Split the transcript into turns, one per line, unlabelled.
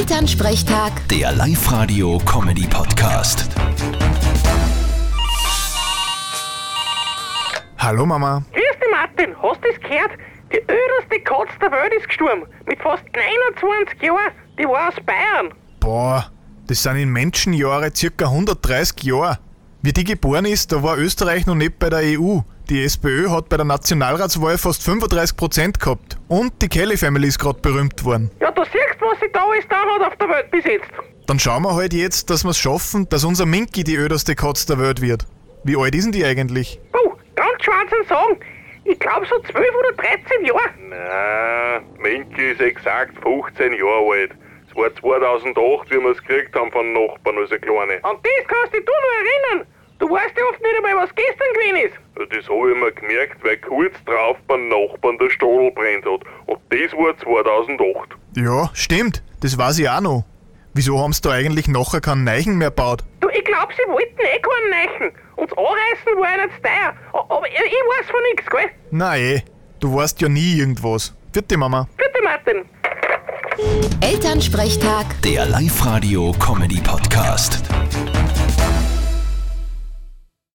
Elternsprechtag,
Der Live-Radio-Comedy-Podcast.
Hallo Mama.
Grüß dich, Martin. Hast du das gehört? Die älteste Katze der Welt ist gestorben. Mit fast 29 Jahren. Die war aus Bayern.
Boah, das sind in Menschenjahre circa 130 Jahre. Wie die geboren ist, da war Österreich noch nicht bei der EU. Die SPÖ hat bei der Nationalratswahl fast 35% gehabt. Und die Kelly Family ist gerade berühmt worden.
Ja, du siehst, was sich da alles da hat auf der Welt bis jetzt.
Dann schauen wir halt jetzt, dass wir es schaffen, dass unser Minky die öderste Katze der Welt wird. Wie alt ist denn die eigentlich?
Puh, ganz schwarzen Sagen. Ich glaube so 12 oder 13 Jahre.
Nein, Minky ist exakt 15 Jahre alt. Es war 2008, wie wir es gekriegt haben von Nachbarn, also Kleine.
An das kannst dich du noch erinnern. Du weißt ja oft nicht einmal, was gestern gewesen ist.
Also Das habe ich mir gemerkt, weil kurz drauf beim Nachbarn der Stadel brennt hat. Und das war 2008.
Ja, stimmt, das weiß ich auch noch. Wieso haben sie da eigentlich nachher keinen Neichen mehr gebaut?
Du, ich glaube, sie wollten eh keinen Neichen. Uns anreißen war ja nicht zu teuer. A- Aber ich ich weiß von nichts, gell?
Na eh, du weißt ja nie irgendwas. Vierte Mama.
Bitte, Martin.
Elternsprechtag.
Der Live-Radio-Comedy-Podcast.